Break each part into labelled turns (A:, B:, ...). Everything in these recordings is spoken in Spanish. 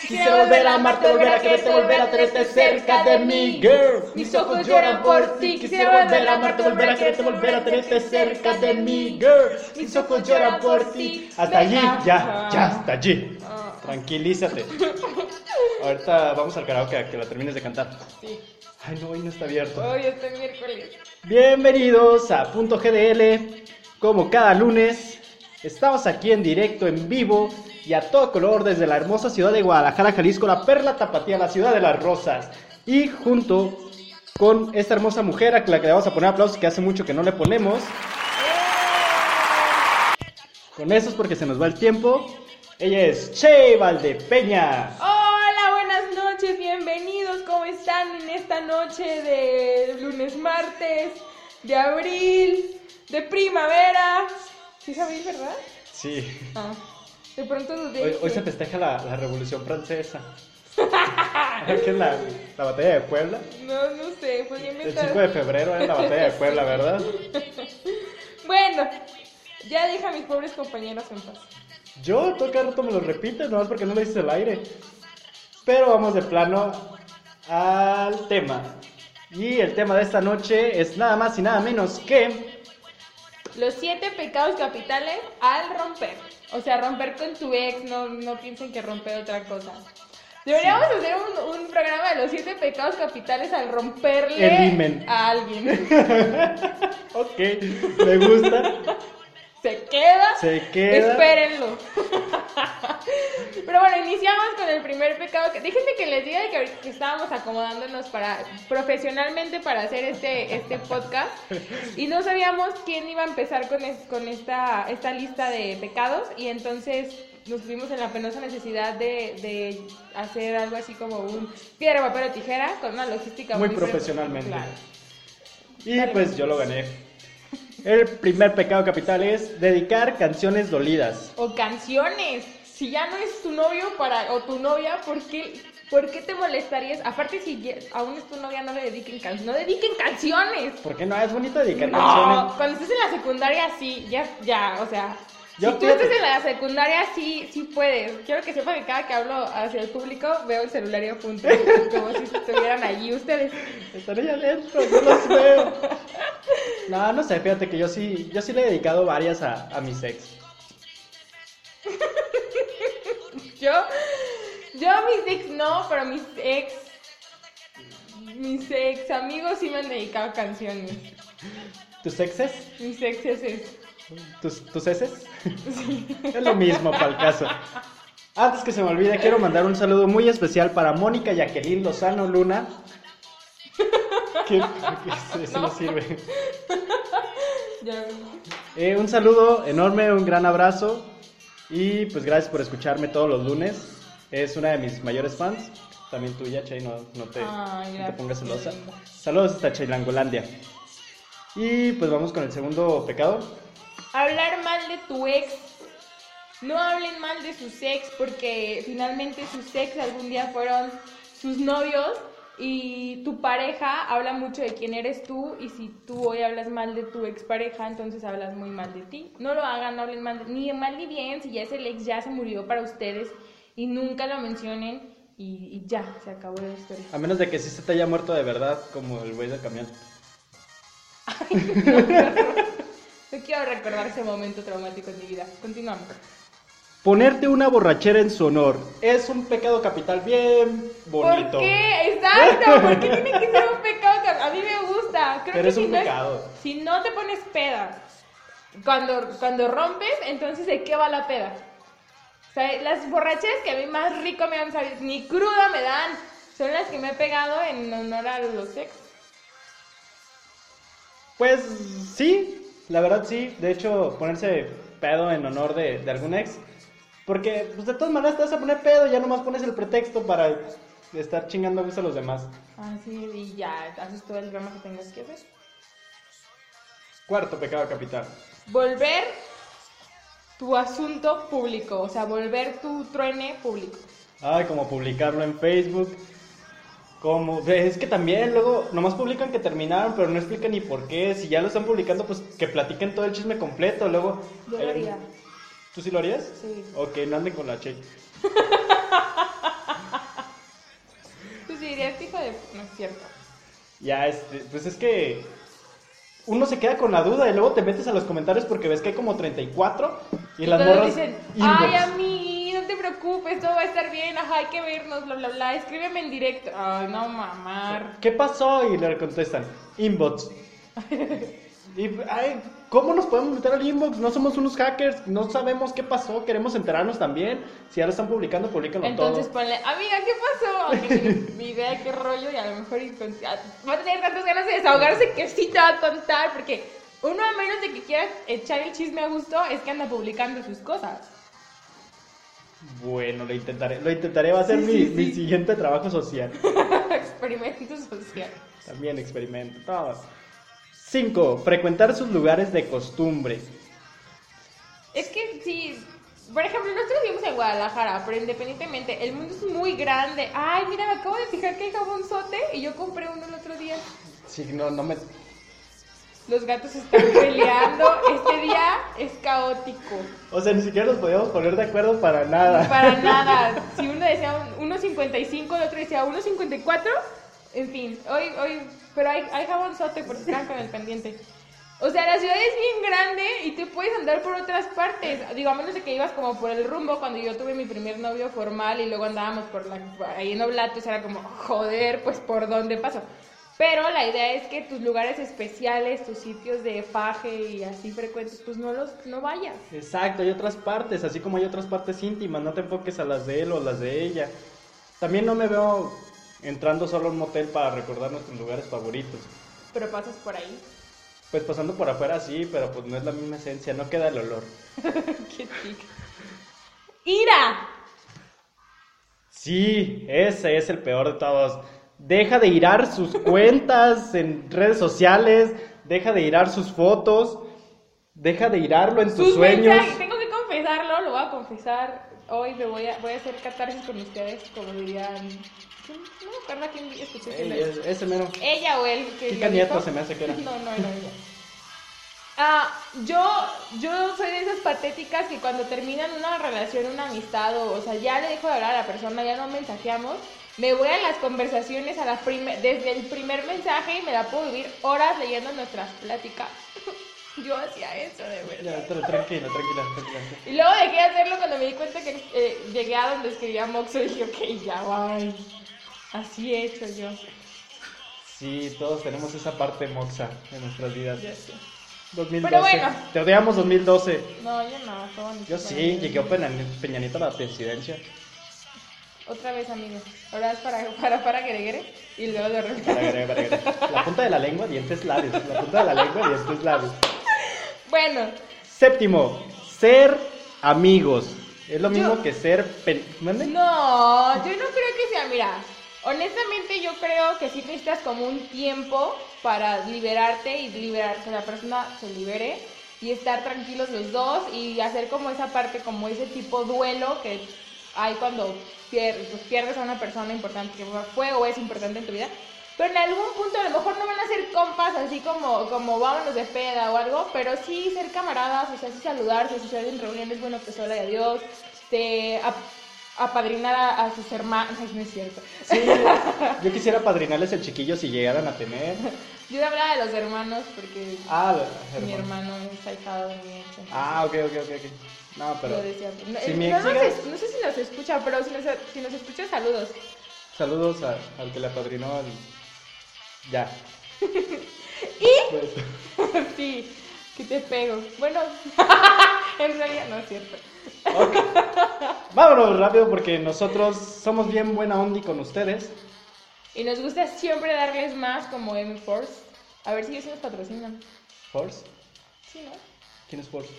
A: Quisiera volver a amarte, volver a quererte, volver a tenerte cerca de mí, girl. Mis ojos lloran por ti. Quisiera volver a amarte, volver a quererte, volver a tenerte cerca de mí, girl. Mis ojos lloran por ti.
B: Hasta allí, ya, ya, hasta allí. Tranquilízate. Ahorita vamos al karaoke a que la termines de cantar.
A: Sí,
B: Ay, no, hoy no está abierto.
A: hoy este miércoles.
B: Bienvenidos a Punto GDL. Como cada lunes, estamos aquí en directo, en vivo y a todo color desde la hermosa ciudad de Guadalajara, Jalisco, la perla tapatía, la ciudad de las rosas. Y junto con esta hermosa mujer a la que le vamos a poner aplausos, que hace mucho que no le ponemos. Con esos porque se nos va el tiempo. Ella es Che Valdepeña.
A: Hola, buenas noches, bienvenidos. ¿Cómo están en esta noche de lunes, martes, de abril, de primavera? ¿Sí es abril, verdad?
B: Sí.
A: Ah, de pronto dudé.
B: Hoy, hoy se festeja la, la Revolución Francesa. ¿Qué es la, la batalla de Puebla?
A: No, no sé, pues podría
B: El
A: inventar.
B: 5 de febrero es la batalla de Puebla, ¿verdad?
A: Bueno, ya deja a mis pobres compañeros en paz.
B: Yo, todo cada rato me lo repites, nomás porque no le dices el aire. Pero vamos de plano al tema. Y el tema de esta noche es nada más y nada menos que...
A: Los siete pecados capitales al romper. O sea, romper con tu ex, no, no piensen que romper otra cosa. Deberíamos hacer un, un programa de los siete pecados capitales al romperle
B: El himen.
A: a alguien.
B: Ok, me gusta.
A: Se queda.
B: Se queda.
A: Espérenlo. Pero bueno, iniciamos con el primer pecado. que- Déjenme que les diga de que ahorita que estábamos acomodándonos para profesionalmente para hacer este, este podcast y no sabíamos quién iba a empezar con, es- con esta, esta lista de pecados y entonces nos vimos en la penosa necesidad de, de hacer algo así como un piedra, papel o tijera con una logística
B: Muy
A: pro-
B: profesionalmente.
A: Claro.
B: Y pues yo lo gané. El primer pecado capital es dedicar canciones dolidas.
A: O canciones. Si ya no es tu novio para, o tu novia, ¿por qué, por qué te molestarías? Aparte, si ya- aún es tu novia, no le dediquen canciones. No dediquen canciones.
B: ¿Por qué no? Es bonito dedicar
A: No,
B: canciones.
A: cuando estés en la secundaria, sí, ya, ya, o sea.
B: Ya
A: si tú
B: puedes.
A: estás en la secundaria, sí, sí puedes. Quiero que sepa que cada que hablo hacia el público, veo el celular y apunto. como si estuvieran allí ustedes.
B: Están ahí adentro, yo los veo. No, no sé, fíjate que yo sí, yo sí le he dedicado varias a, a mis ex.
A: Yo, yo a mis ex no, pero mis ex, mis ex amigos sí me han dedicado canciones.
B: ¿Tus exes?
A: Mis exes es.
B: ¿Tus, tus exes? Es lo mismo para el caso. Antes que se me olvide, quiero mandar un saludo muy especial para Mónica Jacqueline Lozano Luna. Que, que eso no sirve.
A: Ya.
B: Eh, un saludo enorme, un gran abrazo y pues gracias por escucharme todos los lunes. Es una de mis mayores fans, también tuya, Chay, no, no te,
A: Ay,
B: no te
A: gracias.
B: pongas celosa. Saludos hasta Chailangolandia. Y pues vamos con el segundo pecado.
A: Hablar mal de tu ex. No hablen mal de sus ex porque finalmente sus ex algún día fueron sus novios y tu pareja habla mucho de quién eres tú y si tú hoy hablas mal de tu ex pareja entonces hablas muy mal de ti. No lo hagan, no hablen mal de- ni mal ni bien, si ya es el ex ya se murió para ustedes y nunca lo mencionen y, y ya, se acabó la historia.
B: A menos de que sí se te haya muerto de verdad, como el güey del camión.
A: No quiero recordar ese momento traumático en mi vida. Continuamos.
B: Ponerte una borrachera en su honor es un pecado capital bien bonito.
A: ¿Por qué? Exacto, ¿por qué tiene que ser un pecado? A mí me gusta. Creo
B: Pero
A: que
B: es
A: si
B: un
A: no
B: pecado.
A: si no te pones peda, cuando, cuando rompes, entonces ¿de qué va la peda? O sea, las borracheras que a mí más rico me han sabido, ni cruda me dan, son las que me he pegado en honor a los ex.
B: Pues sí, la verdad sí. De hecho, ponerse pedo en honor de, de algún ex. Porque pues, de todas maneras te vas a poner pedo, ya nomás pones el pretexto para estar chingando a gusto a los demás.
A: Así, Ah, y ya, haces todo el drama que tengas que hacer.
B: Cuarto pecado capital.
A: Volver tu asunto público, o sea, volver tu truene público.
B: Ay, como publicarlo en Facebook. Como, es que también luego nomás publican que terminaron, pero no explican ni por qué. Si ya lo están publicando, pues que platiquen todo el chisme completo. Luego,
A: Yo lo
B: eh,
A: haría.
B: ¿tú sí lo harías?
A: Sí.
B: Ok, no anden con la che.
A: sí dirías que pues "Este hijo de... No es cierto.
B: Ya, este, pues es que uno se queda con la duda y luego te metes a los comentarios porque ves que hay como 34 y las
A: Entonces
B: morras
A: dicen,
B: inbox.
A: ay, a mí, no te preocupes, todo va a estar bien, ajá, hay que vernos, bla, bla, bla, escríbeme en directo. Ay, no, mamar.
B: ¿Qué pasó? Y le contestan, inbox. y, ay, ¿cómo nos podemos meter al inbox? No somos unos hackers, no sabemos qué pasó, queremos enterarnos también. Si ya lo están publicando, publicanlo
A: Entonces pues,
B: todo.
A: ponle, amiga, ¿qué pasó? Que tiene Ni idea de qué rollo y a lo mejor incons- a- va a tener tantas ganas de desahogarse que sí te va a contar, porque uno a menos de que quieras echar el chisme a gusto es que anda publicando sus cosas.
B: Bueno, lo intentaré, lo intentaré, va a ser
A: Sí,
B: mi,
A: sí,
B: mi
A: sí.
B: siguiente trabajo social.
A: Experimento social.
B: También experimento, todas. 5. Frecuentar sus lugares de costumbre.
A: Es que sí, por ejemplo, nosotros vivimos en Guadalajara, pero independientemente, el mundo es muy grande. Ay, mira, me acabo de fijar que hay jabonzote y yo compré uno el otro día.
B: Sí, no, no me...
A: Los gatos están peleando, este día es caótico.
B: O sea, ni siquiera nos podíamos poner de acuerdo para nada.
A: Para nada. Si uno decía un- 1.55, el otro decía 1.54, en fin, hoy, hoy, pero hay, hay jabonzote porque están con el pendiente. O sea, la ciudad es bien grande y te puedes andar por otras partes. Digo, a menos de que ibas como por el rumbo cuando yo tuve mi primer novio formal y luego andábamos por la, ahí en Oblatos, era como, joder, pues por dónde paso. Pero la idea es que tus lugares especiales, tus sitios de faje y así frecuentes, pues no los, no vayas.
B: Exacto, hay otras partes, así como hay otras partes íntimas, no te enfoques a las de él o las de ella. También no me veo entrando solo a un motel para recordar nuestros lugares favoritos.
A: Pero pasas por ahí.
B: Pues pasando por afuera sí, pero pues no es la misma esencia, no queda el olor.
A: Qué tic. ¡Ira!
B: Sí, ese es el peor de todos. Deja de irar sus cuentas en redes sociales, deja de irar sus fotos, deja de irarlo en tus
A: Sus
B: sueños.
A: mensajes, tengo que confesarlo, lo voy a confesar. Hoy me voy a, voy a hacer catarsis con ustedes, como dirían. No me acuerdo a quién vi- escuché que
B: Ey,
A: lo-
B: es- ese mero.
A: Ella o él. que
B: Kika
A: lo
B: Nieto
A: dijo.
B: se me hace que era.
A: No, no era ella. Ah, yo, yo soy de esas patéticas que cuando terminan una relación, una amistad, o, o sea, ya le dejo de hablar a la persona, ya no mensajeamos, me voy a las conversaciones a la prime- desde el primer mensaje y me la puedo vivir horas leyendo nuestras pláticas. yo hacía eso, de verdad.
B: Ya, pero tranquila, tranquila, tranquila.
A: Y luego dejé de hacerlo cuando me di cuenta que eh, llegué a donde escribía Moxo y dije, ok, ya, bye. Así he hecho yo.
B: Sí, todos tenemos esa parte moxa en nuestras vidas.
A: Yo sí.
B: 2012.
A: Pero bueno.
B: Te odiamos 2012.
A: No, yo no, fue bonito.
B: Yo sí, llegué a Peña, Peña Nieto a la presidencia.
A: Otra vez, amigos. Ahora es para, para, para que regre y luego lo
B: Para,
A: repito.
B: para, para. La punta de la lengua, dientes labios. La punta de la lengua, dientes labios.
A: Bueno,
B: Séptimo, ser amigos. Es lo mismo
A: Yo-
B: que ser... pen- ¿Mande?
A: no, yo no creo que sea, mira, honestamente yo creo que sí necesitas como un tiempo para liberarte y liberar que la persona se libere y estar tranquilos los dos y hacer como esa parte, como ese tipo duelo que hay cuando pier- pues, pierdes a una persona importante que fue o es importante en tu vida. Pero en algún punto a lo mejor no van a ser compas así como, como vámonos de peda o algo, pero sí ser camaradas, o sea, sí saludarse, si se hacen reuniones, bueno, pues hola y adiós, este, ap- apadrinar a, a sus hermanos, no es cierto.
B: Sí, yo quisiera padrinarles el chiquillo si llegaran a tener.
A: Yo te hablaba de los hermanos porque
B: Ah,
A: mi
B: hermano.
A: hermano es ahijado de mi ex. entonces
B: Ah, ok, ok, ok. ok. No, pero...
A: lo decía. No,
B: si
A: eh,
B: mi
A: no
B: ex
A: nos
B: llega-
A: es- no sé si nos escucha, pero si nos, si nos escucha, saludos.
B: Saludos a- al que le apadrinó al... Ya. Pues,
A: sí, que te pego. Bueno, en realidad no es cierto.
B: ok. Vámonos rápido porque nosotros somos bien buena onda y con ustedes.
A: Y nos gusta siempre darles más como M-Force. A ver si ellos nos patrocinan.
B: Force.
A: Sí, ¿no?
B: ¿Quién es Force?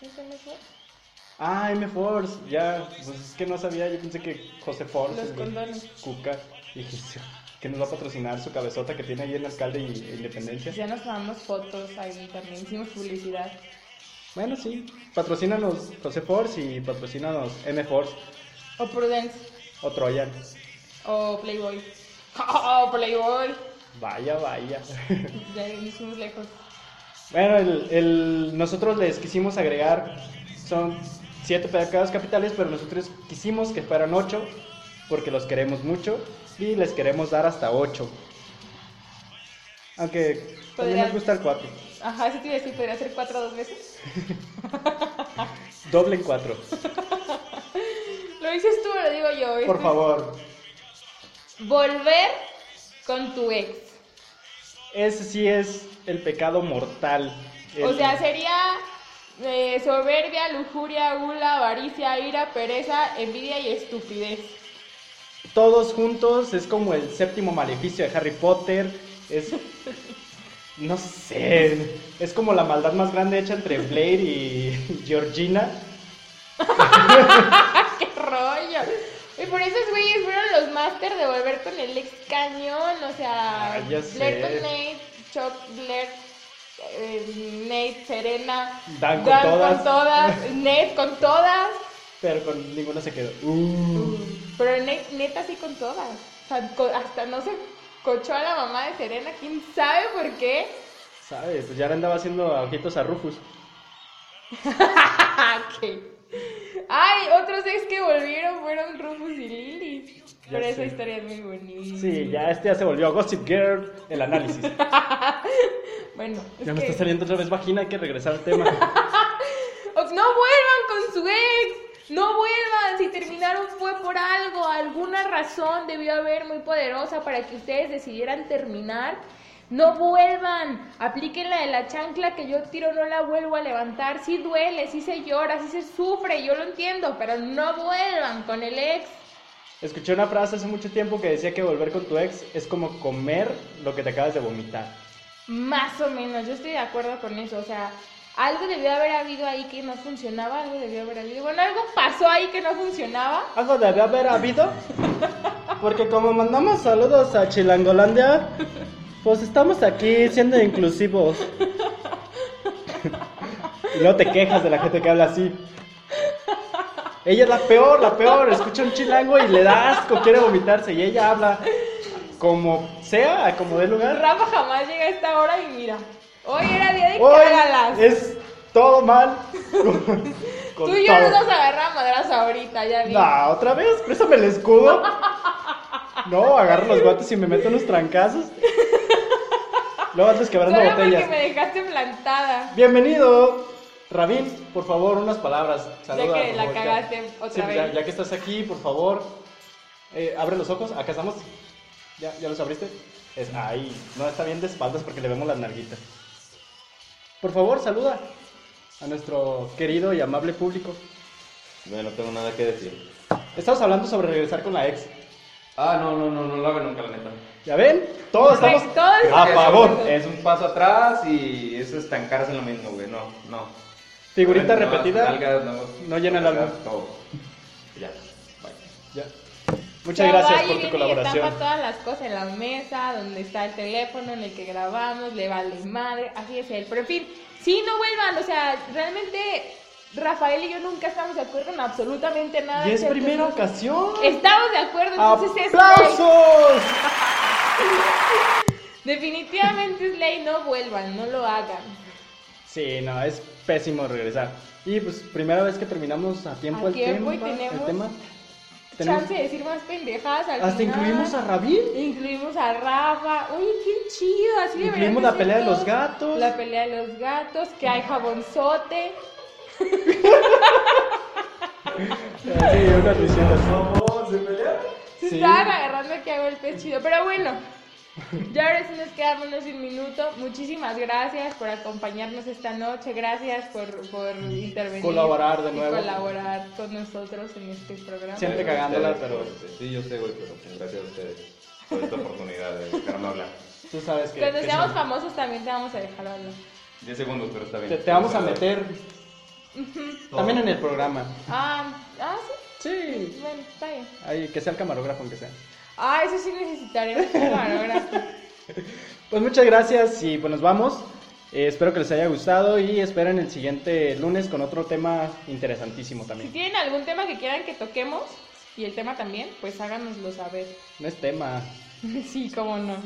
A: ¿No es M-Force?
B: Ah, M Force. Ya. Pues es que no sabía. Yo pensé que José Force.
A: Los
B: el de
A: condones.
B: Cuca. Y que- que nos va a patrocinar su cabezota que tiene ahí en alcalde y e independencia.
A: Ya nos tomamos fotos ahí también, hicimos publicidad.
B: Bueno, sí. Patrocínanos José Force y patrocínanos M Force.
A: O Prudence,
B: O Troyan.
A: o Playboy. ¡Oh, Playboy!
B: Vaya, vaya.
A: Ya nos fuimos lejos.
B: Bueno, el, el- nosotros les quisimos agregar, son siete pecados capitales, pero nosotros quisimos que fueran ocho, porque los queremos mucho. y les queremos dar hasta 8. Aunque también
A: Podría-
B: nos gusta el 4.
A: Ajá, eso te iba a decir, podría ser cuatro dos veces.
B: Doble en 4.
A: Lo dices tú, o lo digo yo. Esto
B: Por
A: es
B: favor.
A: Volver con tu ex.
B: Ese sí es el pecado mortal.
A: O
B: El-
A: sea, sería eh, soberbia, lujuria, gula, avaricia, ira, pereza, envidia y estupidez.
B: todos juntos es como el séptimo maleficio de Harry Potter. Es. No sé. Es como la maldad más grande hecha entre Blair y Georgina.
A: ¡Qué rollo! Y por esos güeyes fueron los máster de volver con el ex cañón, o sea,
B: Ah, ya sé.
A: Blair con Nate, Chuck, Blair, eh, Nate, Serena,
B: Dan con todas.
A: con todas, Nate con todas,
B: Pero con ninguno se quedó. Uh.
A: Mm. pero Nate, neta sí con todas, o sea, co- hasta no se cochó a la mamá de Serena, quién sabe por qué,
B: ¿Sabes? Pues ya le andaba haciendo ojitos a Rufus.
A: Ah, Ok. Ay, otros ex que volvieron fueron Rufus y Lily,
B: Ya
A: pero esa
B: sé.
A: historia es muy bonita.
B: Sí, ya este ya se volvió Gossip Girl, el análisis.
A: Bueno, es
B: ya me
A: que-
B: está saliendo otra vez vagina, hay que regresar al tema.
A: O- No vuelvan con su ex. No vuelvan. Si terminaron fue por algo. Alguna razón debió haber muy poderosa para que ustedes decidieran terminar. No vuelvan. Apliquen la de la chancla que yo tiro, no la vuelvo a levantar. Sí duele, sí se llora, sí se sufre. Yo lo entiendo, pero no vuelvan con el ex.
B: Escuché una frase hace mucho tiempo que decía que volver con tu ex es como comer lo que te acabas de vomitar.
A: Más o menos, yo estoy de acuerdo con eso. O sea, algo debió haber habido ahí que no funcionaba, algo debió haber habido. Bueno, algo pasó ahí que no funcionaba.
B: Algo debe haber habido. Porque como mandamos saludos a Chilangolandia, pues estamos aquí siendo inclusivos. Y no te quejas de la gente que habla así. Ella es la peor, la peor. Escucha un chilango y le da asco, quiere vomitarse. Y ella habla como sea, como dé lugar.
A: Rafa jamás llega a esta hora y mira. Hoy era día de
B: Hoy
A: cágalas.
B: es todo mal. con- con
A: Tú y yo no
B: todo.
A: nos agarramos madras ahorita, ya vi.
B: Nah, otra vez, préstame el escudo. No, agarro los guantes y me meto unos trancazos. Luego andas
A: Solo
B: quebrando botellas.
A: porque me dejaste plantada.
B: Bienvenido, Rabín, por favor, unas palabras. Saluda,
A: que
B: por
A: la
B: favor, ya.
A: cagaste otra
B: Sí, Ya,
A: vez.
B: ya que estás aquí, por favor, eh, abre los ojos, acá estamos. ¿Ya, ya los abriste? Es, ahí, no está bien de espaldas porque le vemos las narguitas. Por favor, saluda a nuestro querido y amable público.
C: No, no tengo nada que decir.
B: Estamos hablando sobre regresar con la ex.
C: Ah, no, no, no, no lo hago nunca, la neta.
B: ¿Ya ven? Todos Pues estamos Ah,
A: Correcto, todos
B: a
A: estamos-
B: favor.
C: Es un paso atrás y es estancarse en lo mismo, güey. No, no.
B: Figurita
C: No,
B: repetida.
C: nalgas, no,
B: no llena el álbum.
C: Todo. Ya. bye.
B: Ya. Muchas
A: Luego
B: gracias
A: ahí
B: por tu
A: viene y
B: colaboración.
A: estampa todas las cosas en la mesa, donde está el teléfono en el que grabamos, le vale madre, así es él. Pero en fin, sí, no vuelvan, o sea, realmente Rafael y yo nunca estamos de acuerdo en absolutamente nada.
B: Y es
A: excepto-
B: primera ocasión.
A: Estamos de acuerdo, entonces es ley.
B: ¡Aplausos!
A: Definitivamente es ley, no vuelvan, no lo hagan.
B: Sí, no, es pésimo regresar. Y pues, primera vez que terminamos a tiempo,
A: A
B: el,
A: tiempo y
B: tema,
A: tenemos-
B: el tema. Tenemos-
A: chance de decir más pendejadas al
B: Hasta
A: final.
B: incluimos a Rabín.
A: Incluimos a Rafa. Oye, qué chido. Así deberían
B: Incluimos la
A: ser
B: pelea de
A: todos.
B: los gatos.
A: La pelea de los gatos, que hay jabonzote.
B: Sí, una risitas.
A: Se
B: Sí.
A: estaban agarrando aquí a golpe chido. Pero bueno, ya ahora sí nos queda menos de un minuto. Muchísimas gracias por acompañarnos esta noche. Gracias por, por intervenir.
B: Colaborar de
A: y
B: nuevo.
A: colaborar con nosotros en este programa.
B: Siempre
C: Gracias a
B: cagándola,
C: ustedes,
B: pero-
C: güey. Sí, yo sé, güey, pero pues, gracias a ustedes por esta oportunidad de dejarme hablar.
B: Tú sabes que.
A: Cuando
B: que
A: seamos
B: sí.
A: famosos también te vamos a dejar hablar.
C: 10 segundos, pero está bien.
B: te, te vamos a meter también en el programa.
A: Ah, ah, sí.
B: Sí.
A: Bueno, está bien.
B: Ahí, que sea el camarógrafo, aunque sea.
A: Ah, eso sí necesitaremos un camarógrafo.
B: Pues muchas gracias y pues nos vamos. Eh, espero que les haya gustado y esperen el siguiente lunes con otro tema interesantísimo
A: Si
B: también.
A: tienen algún tema que quieran que toquemos, y el tema también, pues háganoslo saber.
B: No es tema.
A: Sí, cómo no.